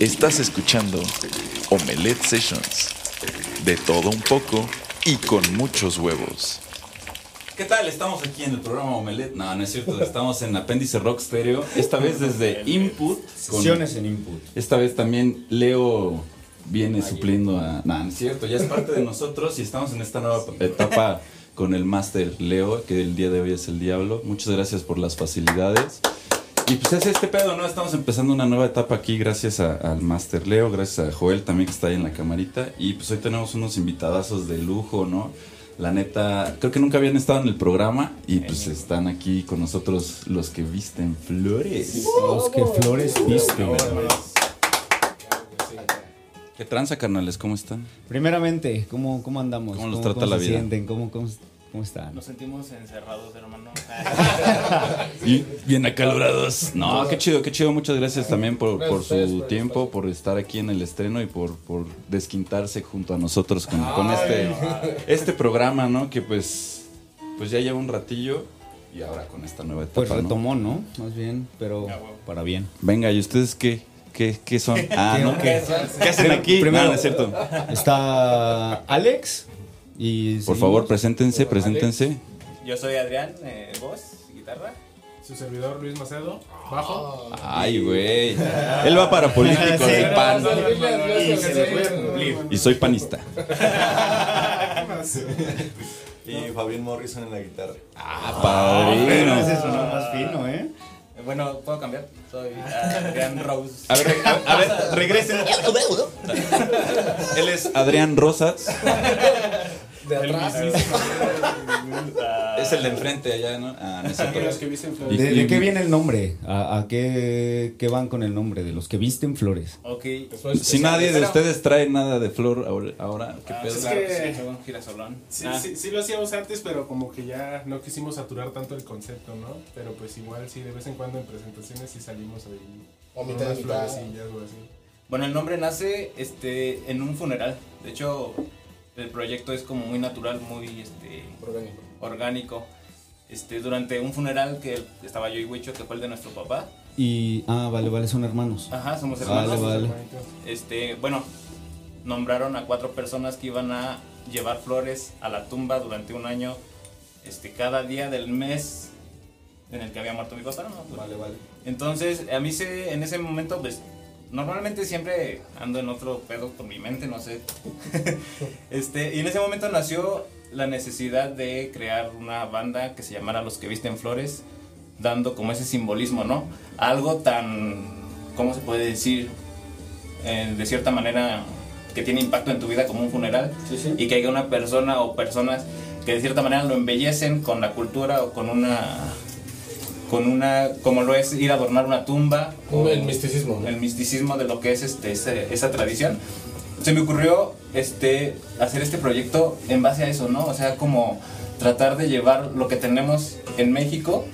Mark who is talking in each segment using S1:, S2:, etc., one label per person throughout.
S1: Estás escuchando Omelette Sessions. De todo un poco y con muchos huevos.
S2: ¿Qué tal? Estamos aquí en el programa Omelet. No, no es cierto. Estamos en Apéndice Rock Stereo. Esta vez desde Input. con-
S3: Sesiones en input.
S2: esta vez también Leo viene supliendo a. No, no es cierto. Ya es parte de nosotros y estamos en esta nueva etapa con el máster Leo, que el día de hoy es el diablo. Muchas gracias por las facilidades. Y pues es este pedo, ¿no? Estamos empezando una nueva etapa aquí gracias a- al Master Leo, gracias a Joel también que está ahí en la camarita. Y pues hoy tenemos unos invitadazos de lujo, ¿no? La neta, creo que nunca habían estado en el programa y pues están aquí con nosotros los que visten flores.
S3: Los que flores visten.
S2: ¿Qué tranza, carnales? ¿Cómo están?
S3: Primeramente, ¿cómo, cómo andamos?
S2: ¿Cómo los trata la
S3: se
S2: vida?
S3: sienten? ¿Cómo, cómo, cómo están?
S4: Nos sentimos encerrados, hermano.
S2: Y bien acalorados. No, qué chido, qué chido. Muchas gracias también por, por su tiempo, por estar aquí en el estreno y por, por desquintarse junto a nosotros con, con este, este programa, ¿no? Que pues, pues ya lleva un ratillo y ahora con esta nueva etapa.
S3: Pues
S2: ¿no?
S3: retomó, ¿no? Más bien, pero para bien.
S2: Venga, ¿y ustedes qué? ¿Qué, qué son? Ah,
S3: ¿Qué-
S2: no,
S3: qué
S2: ¿qué, qué hacen aquí?
S3: Primero-
S2: Primero, es cierto.
S3: Está Alex y...
S2: Por
S3: seguimos.
S2: favor, preséntense, preséntense.
S4: Yo soy Adrián, eh, voz, guitarra.
S5: Su servidor Luis Macedo, bajo.
S2: Ay, güey. Él va para políticos
S3: Ah, Sí.
S2: del PAN.
S5: Y se les voy a cumplir.
S2: Y soy panista.
S6: Y Fabián Morrison en la guitarra.
S2: Ah,
S3: Ah, Pero
S2: padrino.
S3: ese sonó más fino, ¿eh?
S4: Eh, Bueno, ¿puedo cambiar? Soy eh, Adrián Rose.
S2: A ver, re- a, a ver, regresen. Él es Adrián Rosas. Es el de enfrente allá, ¿no? Ah, no es cierto.
S5: Los que visten flores.
S3: ¿De,
S2: Y-
S3: de
S2: y-
S3: qué viene el nombre? ¿A, a qué, qué van con el nombre? De los que visten flores.
S4: Ok.
S2: Si nadie de ustedes trae nada de flor ahora- ahora, ¿qué
S5: Ah,
S2: pedo?
S5: es que-
S4: pues, Sí, soy un girasolón.
S5: Sí,
S4: Ah,
S5: sí, sí lo hacíamos antes, pero como que ya no quisimos saturar tanto el concepto, ¿no? Pero pues igual sí, de vez en cuando en presentaciones sí salimos ahí.
S7: O
S5: con
S7: mitad
S5: unas
S7: y mitad.
S5: florecillas o así.
S4: Bueno, el nombre nace este, en un funeral. De hecho, el proyecto es como muy natural, muy este,
S7: Orgánico.
S4: orgánico. Este, durante un funeral que estaba yo y Huicho, que fue el de nuestro papá.
S3: Y... Ah, vale, vale, son hermanos.
S2: Ah,
S4: Ajá, somos hermanos.
S3: Vale, vale.
S5: Hermanitos.
S4: este, bueno, nombraron a cuatro personas que iban a llevar flores a la tumba durante un año, este, cada día del mes en el que había muerto mi papá, ¿no? Pues,
S6: Vale, vale.
S4: Entonces, a mí se, en ese momento, pues, normalmente siempre ando en otro pedo con mi mente, no sé. este, y en ese momento nació la necesidad de crear una banda que se llamara Los que visten flores, dando como ese simbolismo, ¿no? Algo tan, ¿cómo se puede decir? Eh, de cierta manera que tiene impacto en tu vida como un funeral
S7: Sí, sí.
S4: y que haya una persona o personas que de cierta manera lo embellecen con la cultura o con una con una como lo es ir a adornar una tumba o
S7: El misticismo. ¿no?
S4: el misticismo de lo que es este ese- esa tradición se me ocurrió este hacer este proyecto en base a eso no o sea como tratar de llevar lo que tenemos en México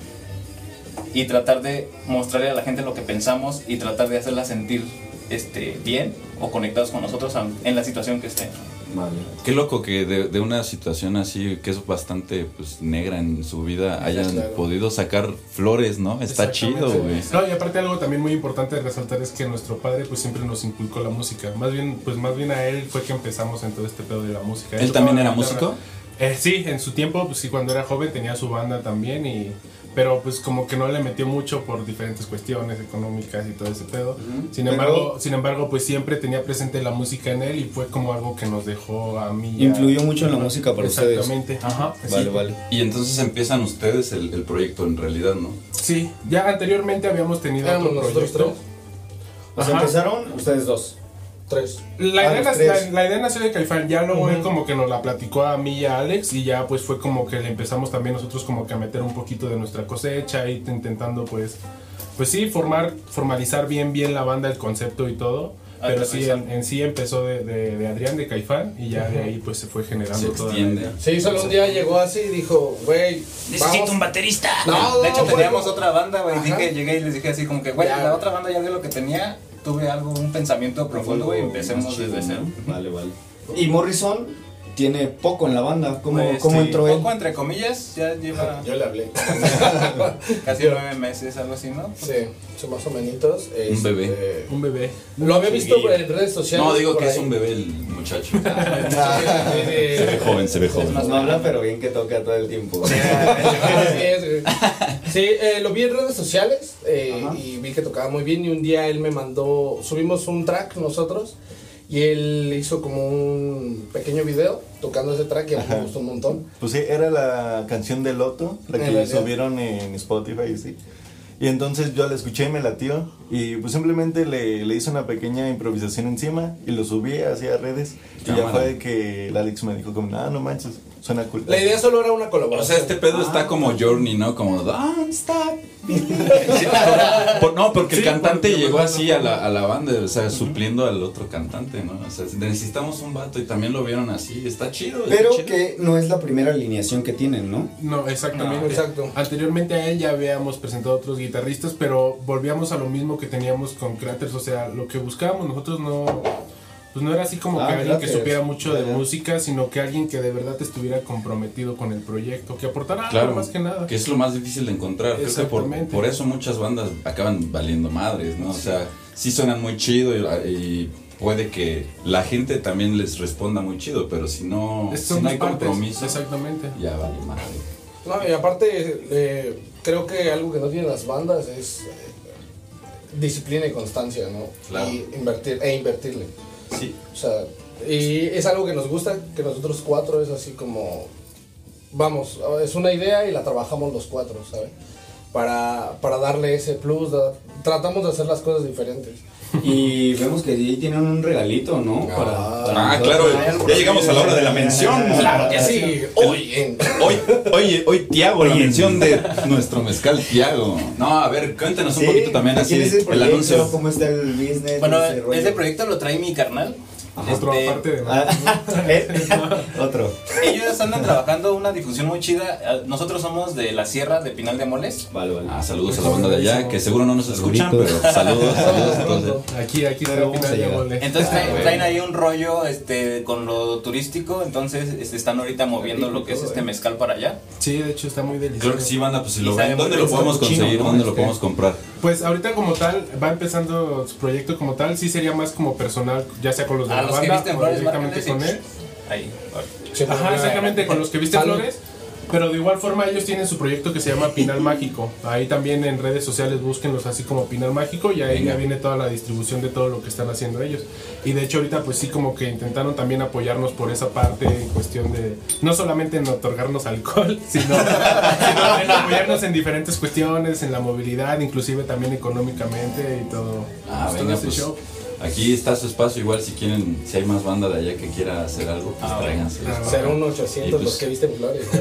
S4: y tratar de mostrarle a la gente lo que pensamos y tratar de hacerla sentir este bien o conectados con nosotros am- en la situación que esté
S6: Vale.
S2: Qué loco que de, de una situación así, que es bastante pues, negra en su vida, hayan
S7: claro.
S2: podido sacar flores, ¿no? Está chido, güey.
S5: Exactamente. No, y aparte algo también muy importante de resaltar es que nuestro padre pues siempre nos inculcó la música. Más bien, pues más bien a él fue que empezamos en todo este pedo de la música.
S2: ¿Él
S5: tocaba
S2: también
S5: la
S2: era
S5: guitarra.
S2: músico?
S5: Eh, sí, en su tiempo, pues sí, cuando era joven tenía su banda también y... Pero pues como que no le metió mucho por diferentes cuestiones económicas y todo ese pedo. Sin
S7: Pero-
S5: embargo, sin embargo, pues siempre tenía presente la música en él y fue como algo que nos dejó a mí. y a-
S3: Influyó mucho en la música para ustedes.
S5: Exactamente. Ajá. sí.
S3: Vale, vale.
S2: Y entonces empiezan ustedes el, el proyecto en realidad, ¿no?
S5: Sí, ya anteriormente habíamos tenido
S7: Éramos
S5: otro
S7: nosotros
S5: proyecto.
S7: tres.
S5: O sea,
S3: empezaron ustedes dos.
S7: Tres.
S5: La
S3: Ah,
S5: idea,
S3: los
S5: nació-
S3: tres.
S5: la- la idea nació de Caifán, ya luego él
S7: Ujú.
S5: como que nos la platicó a mí y a Alex y ya pues fue como que le empezamos también nosotros como que a meter un poquito de nuestra cosecha y intentando pues, pues sí, formar, formalizar bien bien la banda, el concepto y todo.
S4: Ah,
S5: Pero sí,
S4: aterrizar.
S5: en, en sí empezó de, de- de Adrián, de Caifán y ya de ahí pues se fue
S2: Se
S5: generando toda la
S2: extiende.
S5: idea.
S7: Sí, solo un día llegó así y dijo, güey. vamos.
S4: baterista.
S7: No, no,
S4: de hecho,
S7: bueno.
S4: teníamos otra banda, güey.
S7: Ajá.
S4: Dije, llegué y les dije así como que, güey,
S7: Ya,
S4: la
S7: güey.
S4: otra banda ya dio lo que tenía. Tuve algo, un pensamiento profundo, güey.
S2: Más
S4: Empecemos
S2: chido,
S4: desde
S2: ¿no?
S4: cero.
S3: Vale, vale. Y Morrison tiene poco en la banda. ¿Cómo,
S4: Pues,
S3: cómo
S4: sí,
S3: entró él?
S4: Poco entre comillas, ya lleva
S7: Yo le hablé.
S4: casi nueve meses, algo así, ¿no?
S7: Sí, son más o menos.
S2: Un bebé.
S5: Un bebé.
S7: Lo había visto en redes sociales.
S2: No, digo
S7: por
S2: que es
S7: ahí. Ah.
S2: un bebé el muchacho.
S7: Sí,
S2: Se ve
S7: sí,
S2: joven, se ve joven.
S3: No habla, pero bien que toca todo el tiempo.
S7: Así es, güey. Sí, eh, lo vi en redes sociales eh,
S3: Ajá.
S7: y vi que tocaba muy bien y un día él me mandó, subimos un track nosotros y él hizo como un pequeño video tocando ese track y a mí me gustó un montón.
S6: Pues sí, era la canción de Loto, la que
S7: En la-
S6: subieron en Spotify, sí. Y entonces yo la escuché y me latió. Y pues simplemente le, le hice una pequeña improvisación encima y lo subí hacia redes. Y ya
S2: Cámara.
S6: fue que el Alex me dijo como, ah, no manches, suena cool.
S7: La idea solo era
S2: O
S7: una
S2: sea,
S7: colaboración.
S2: este pedo está como Journey, ¿no? Como Don't stop. Por- no, porque el
S5: Sí,
S2: cantante
S5: porque-
S2: llegó así a la, a la banda, o sea, supliendo al otro cantante, ¿no? O sea, necesitamos un vato y también lo vieron así. Está chido. está
S3: Pero
S2: chido.
S3: que no es la primera alineación que tienen, ¿no?
S5: No, exactamente.
S7: No, exacto.
S5: Anteriormente a él ya habíamos presentado otros guitarristas, pero volvíamos a lo mismo que teníamos con Craters. O sea, lo que buscábamos nosotros no. Pues no era así como
S3: Ah,
S5: que alguien
S3: Craters.
S5: que supiera mucho de
S3: Ya, ya.
S5: música, sino que alguien que de verdad estuviera comprometido con el proyecto, que aportara algo
S2: Claro,
S5: más que nada.
S2: es lo más difícil de encontrar. Creo que por,
S5: Exactamente.
S2: por eso muchas bandas acaban valiendo madres, ¿no? O sea, sí suenan muy chido y, y puede que la gente también les responda muy chido, pero si no,
S5: Es-
S2: si
S5: son
S2: no
S5: dos
S2: hay
S5: partes,
S2: compromiso,
S5: Exactamente.
S2: ya vale madre.
S7: No, y aparte eh, creo que algo que no tienen las bandas es eh, disciplina y constancia, ¿no?
S2: Claro.
S7: Y invertir, e invertirle.
S2: Sí.
S7: O sea, y es algo que nos gusta, que nosotros cuatro es así como, vamos, es una idea y la trabajamos los cuatro, ¿sabes? Para, para darle ese plus, da- tratamos de hacer las cosas diferentes.
S3: Y vemos que ahí tienen un regalito, ¿no? Para, para
S2: Ah,
S3: nosotros.
S2: claro, ya llegamos a la hora de la mención.
S7: Claro que sí, hoy en...
S2: Hoy, oye, hoy Tiago, la mención de nuestro mezcal Tiago. No, a ver, cuéntanos un
S3: Sí,
S2: poquito también
S3: ¿quién
S2: así
S3: es el,
S2: el
S3: proyecto?
S2: anuncio.
S3: ¿Cómo está el business?
S4: Bueno,
S3: Ese rollo.
S4: ese proyecto lo trae mi carnal.
S5: Otro
S4: Este,
S5: aparte de
S3: Ah, ¿eh? Otro.
S4: Ellos andan trabajando una difusión muy chida. Ah, Nosotros somos de la Sierra de Pinal de Moles.
S3: Vale, vale.
S2: Ah, saludos a la banda de allá, que seguro no nos escuchan,
S3: Saluditos.
S2: pero saludos, saludos a todos.
S5: Aquí, aquí está
S3: Pero
S5: el
S3: vamos
S5: final
S3: a
S5: de
S3: llegar.
S5: mole.
S4: Entonces traen, traen ahí un rollo este, con lo turístico, entonces este, están ahorita moviendo lo que es este mezcal para allá.
S5: Sí, de hecho está muy delicioso.
S2: Claro que sí, banda, pues si lo ven,
S4: Y sabemos
S2: ¿dónde
S4: que
S2: lo
S4: está
S2: podemos
S5: chino,
S2: conseguir?
S5: ¿no?
S2: ¿Dónde lo
S5: Este.
S2: podemos comprar?
S5: Pues ahorita como tal, va empezando su proyecto como tal, sí sería más como personal, ya sea con los de
S4: A
S5: la
S4: Ah, los que
S5: banda
S4: visten
S5: o
S4: flores,
S5: Pues directamente con
S4: márquenles
S5: él.
S4: y- Ahí.
S5: Ajá, exactamente, con los que viste
S7: Salud.
S5: flores. Pero de igual forma ellos tienen su proyecto que se llama Pinal Mágico. Ahí también en redes sociales búsquenlos así como Pinal Mágico y ahí ya viene toda la distribución de todo lo que están haciendo ellos. Y de hecho ahorita pues sí como que intentaron también apoyarnos por esa parte en cuestión de no solamente en otorgarnos alcohol, sino, sino en apoyarnos en diferentes cuestiones, en la movilidad, inclusive también económicamente y todo.
S2: Ah,
S5: pues, todo
S2: venga,
S5: ese
S2: pues
S5: show.
S2: aquí está su espacio, igual si quieren, si hay más banda de allá que quiera hacer algo, pues
S4: Ah,
S2: tráiganse.
S5: venga.
S7: Ser un 800
S2: Y pues-
S7: los que viste flores.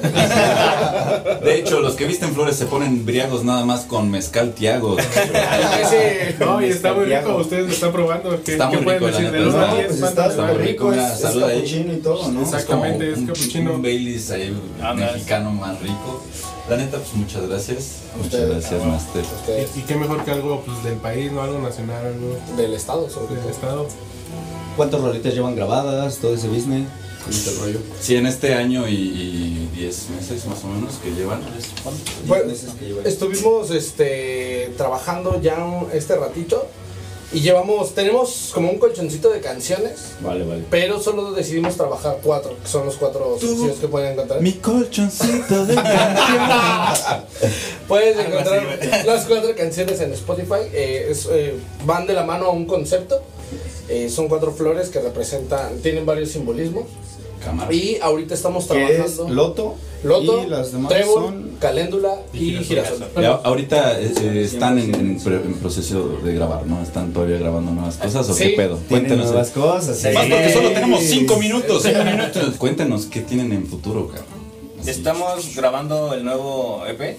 S2: De hecho, los que visten flores se ponen briagos nada más con mezcal Tiago.
S7: Ese-
S5: No, y está muy rico,
S3: Santiago.
S5: ustedes lo están probando. ¿Qué,
S2: Está
S5: qué
S2: muy
S5: pueden
S2: rico, la
S5: decir?
S2: neta,
S5: Del uno
S2: está-
S5: al
S3: No,
S5: diez,
S3: pues
S5: ¿cuánto
S3: está
S5: le
S3: súper
S5: dan?
S3: rico, es,
S2: Mira,
S3: es
S2: saluda ahí.
S3: capuchino y todo, ¿no?
S5: Exacto. Exactamente, es
S2: un,
S5: capuchino.
S2: Un Baileys ahí,
S4: Ah, nice.
S2: mexicano más rico. La neta, pues muchas gracias. Muchas
S7: Ustedes.
S2: gracias, Master.
S7: Ustedes,
S5: Y, y qué mejor que algo pues, del país, no algo nacional, algo
S7: del estado, sobre
S5: del
S7: todo.
S5: estado.
S3: ¿Cuántas rolitas llevan grabadas? Todo ese business. ¿Cómo está el rollo?
S2: Sí, en este año y- y 10 meses más o menos que llevan. pues,
S7: Bueno,
S3: Business que llevan.
S7: Estuvimos este, trabajando ya un- este ratito y llevamos, tenemos como un colchoncito de canciones,
S3: Vale, vale.
S7: pero solo decidimos trabajar cuatro, que son los cuatro sencillos que pueden encontrar.
S2: Mi colchoncito de
S7: Puedes encontrar las cuatro canciones en Spotify, eh, es, eh, van de la mano a un concepto, eh, son cuatro flores que representan, tienen varios simbolismos
S2: cámara.
S7: y ahorita estamos
S3: Que es
S7: trabajando
S3: Loto,
S7: Loto,
S3: y las demás
S7: Trébol,
S3: son...
S7: Caléndula y, Girasol.
S2: Ya, ahorita eh, eh, están en, en pre- en proceso de grabar, ¿no? ¿Están todavía grabando nuevas cosas o qué
S7: Sí.
S2: pedo?
S3: Tienen
S2: Cuéntenos.
S3: nuevas
S2: eh.
S3: cosas.
S2: Más
S3: sí.
S2: porque solo tenemos 5 minutos. cinco minutos. Cuéntenos qué tienen en futuro, cabrón. Así.
S4: Estamos grabando el nuevo EP.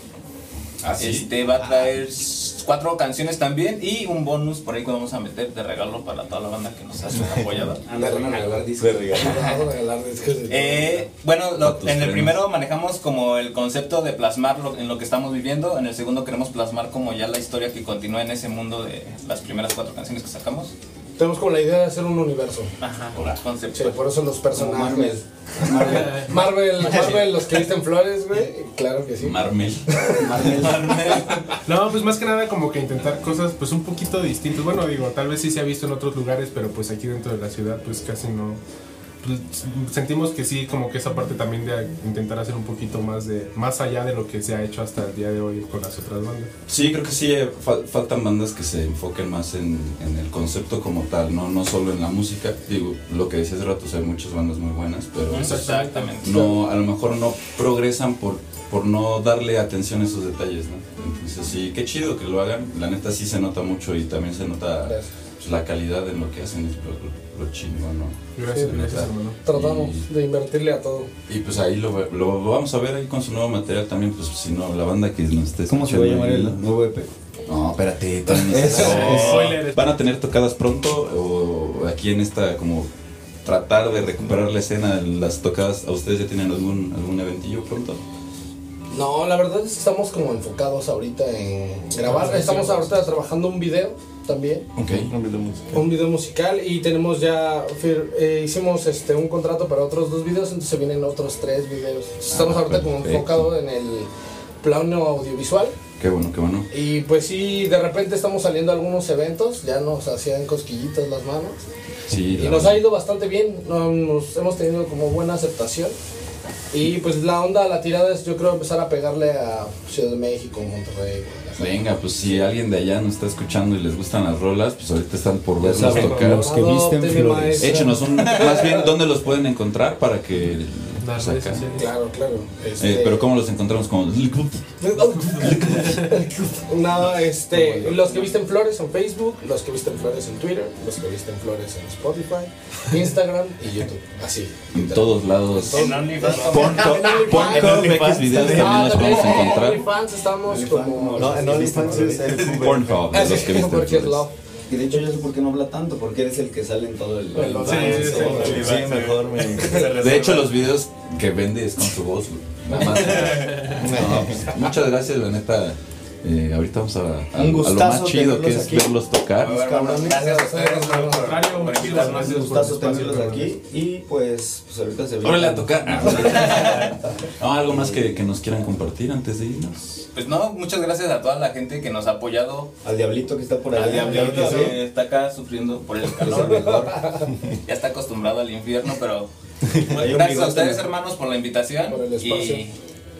S2: ¿Ah, sí?
S4: Este va a traer s- cuatro canciones también y un bonus por ahí que vamos a meter de regalo para toda la banda que nos hace una apoyada.
S7: Ah,
S6: Me regaló.
S7: Vamos a regalar discos de-
S4: Eh, bueno, lo-
S2: Datos
S4: en el
S2: frenos.
S4: primero manejamos como el concepto de plasmar lo- en lo que estamos viviendo, en el segundo queremos plasmar como ya la historia que continúa en ese mundo de las primeras cuatro canciones que sacamos.
S7: Tenemos como la idea de hacer un universo.
S4: Ajá,
S7: Sí,
S4: concepto.
S7: por eso los personajes.
S2: Marvel.
S7: Marvel, Marvel, Marvel, los que visten flores, güey. Claro que sí.
S2: Marmel.
S5: No, pues más que nada como que intentar cosas pues un poquito distintas. Bueno, digo, tal vez sí se ha visto en otros lugares, pero pues aquí dentro de la ciudad pues casi no. Pues, sentimos que sí, como que esa parte también de intentar hacer un poquito más de más allá de lo que se ha hecho hasta el día de hoy con las otras bandas.
S2: Sí, creo que sí eh, fal- faltan bandas que se enfoquen más en, en el concepto como tal, no no solo en la música. Digo, lo que decía hace rato, o sea, hay muchas bandas muy buenas, pero
S4: Exactamente.
S2: no, a lo mejor no progresan por, por no darle atención a esos detalles, ¿no? Entonces sí, qué chido que lo hagan. La neta sí se nota mucho y también se nota
S7: Gracias.
S2: pues, la calidad en lo que hacen, es lo, lo- lo chingo, ¿no?
S5: Gracias,
S2: Sí,
S5: gracias
S2: neta.
S5: hermano.
S7: Tratamos
S2: Y-
S7: de invertirle a todo.
S2: Y pues ahí lo, ve- lo vamos a ver ahí con su nuevo material también, pues si no, la banda que nos esté
S3: ¿Cómo se va a
S2: escuchando
S3: llamar
S2: ahí,
S3: el
S2: ¿no?
S3: nuevo EP?
S2: No, espérate, todavía no está.
S5: Spoiler.
S2: ¿Van a tener tocadas pronto o aquí en esta como tratar de recuperar la escena, las tocadas? ¿A ustedes ya tienen algún, algún eventillo pronto?
S7: No, la verdad es que estamos como enfocados ahorita en grabar. Estamos ahorita trabajando un video también.
S2: Ok.
S6: No me lo música.
S7: Un video musical y tenemos ya, fir- eh, hicimos este, un contrato para otros dos videos, entonces se vienen otros tres videos. Estamos
S2: Ah,
S7: ahorita como
S2: perfecto.
S7: enfocados en el plano audiovisual
S2: Qué bueno, qué bueno.
S7: y pues sí, de repente estamos saliendo a algunos eventos, ya nos hacían cosquillitas las manos
S2: Sí,
S7: y
S2: la
S7: nos
S2: verdad.
S7: ha ido bastante bien, no- nos hemos tenido como buena aceptación y pues la onda, la tirada es yo creo empezar a pegarle a Ciudad de México, Monterrey, Guadalajara.
S2: Venga, pues si alguien de allá nos está escuchando y les gustan las rolas, pues ahorita están por vernos
S3: saben,
S2: tocar.
S3: los que
S7: Adopten,
S3: visten flores.
S7: maestra.
S2: Échenos un. Más bien, ¿dónde los pueden encontrar para que.
S5: Las
S2: pues,
S5: redes
S2: acá?
S5: sociales.
S7: Claro, claro.
S2: Eh,
S7: este-
S2: pero ¿cómo los encontramos? Como.
S7: No, este, los que visten flores en Facebook, los que visten flores en Twitter, los que visten flores en Spotify, Instagram y YouTube. Así.
S2: En todos lados.
S4: En OnlyFans.
S2: Ponto, Ponto, X videos también
S7: Ah,
S2: los
S7: también
S2: podemos
S7: en
S2: encontrar.
S7: OnlyFans estamos como.
S6: No, en OnlyFans es el Uber.
S2: Pornhub, de
S7: Así
S2: los que visten
S7: porque es
S2: flores.
S7: love.
S8: Y de hecho yo sé por qué no habla tanto, porque eres el que sale en todo el...
S7: Bueno,
S5: Sí,
S7: sí,
S5: sí,
S6: Sí,
S5: sí.
S6: sí, mejor me.
S2: De hecho, los videos que vende es con su voz, güey. Nada más. No, pues, muchas gracias, la neta. Eh, ahorita vamos a, a- a
S8: Un
S2: lo más
S8: gustazo
S2: chido que
S8: tenerlos
S2: es
S8: aquí.
S2: verlos tocar.
S7: Gracias a ustedes, hermano.
S5: Al contrario, muchas gracias
S8: Un
S5: por
S8: gustazo
S5: el espacio,
S8: tenerlos
S5: hermano.
S8: aquí y pues, pues ahorita se ve.
S2: Órale a tocar. Ah. No, algo más que, que nos quieran compartir antes de irnos.
S4: Pues no, muchas gracias a toda la gente que nos ha apoyado.
S8: Al diablito que está por allá.
S4: Al diablito
S8: sí.
S4: que está acá sufriendo por el
S8: Es el
S4: calor.
S8: mejor.
S4: Ya está acostumbrado al infierno, pero
S8: Hay un
S4: gracias a
S8: bigote.
S4: ustedes, hermanos, por la invitación.
S7: Por el espacio.
S4: Y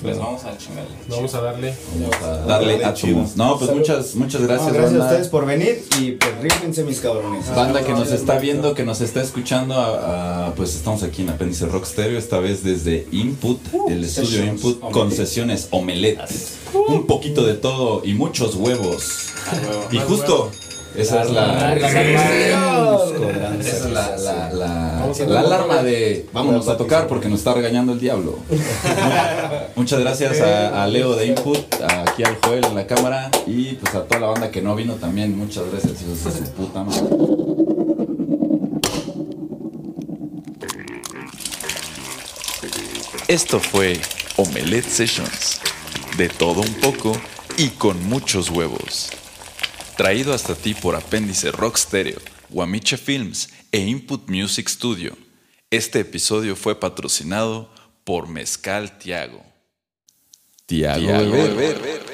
S4: pues vamos al chingarle.
S5: Vamos a darle.
S2: Vamos a darle a
S6: Chido.
S2: No, pues muchas, muchas
S8: No,
S2: gracias,
S8: gracias a
S2: banda.
S8: ustedes por venir y pues rífense mis cabrones.
S2: Banda que nos está viendo, que nos está escuchando, a- a- pues estamos aquí en Apéndice Rock Stereo, esta vez desde Input, el estudio
S8: sesiones
S2: Input, con
S8: omelette.
S2: sesiones omeletes, un poquito de todo y muchos huevos. Y justo, esa es la, esa es la, la- la-
S5: Vamos a
S2: la
S5: ver.
S2: alarma de vámonos a tocar porque nos está regañando el diablo. Muchas gracias a, a Leo de Input, a- aquí al Joel en la cámara y pues a toda la banda que no vino también, muchas gracias, hijos de su puta madre.
S1: Esto fue Omelette Sessions, de todo un poco y con muchos huevos. Traído hasta ti por Apéndice Rock Stereo, Guamiche Films e Input Music Studio. Este episodio fue patrocinado por Mezcal Tiago.
S2: Tiago
S1: Tiago
S2: Beber.
S1: Beber.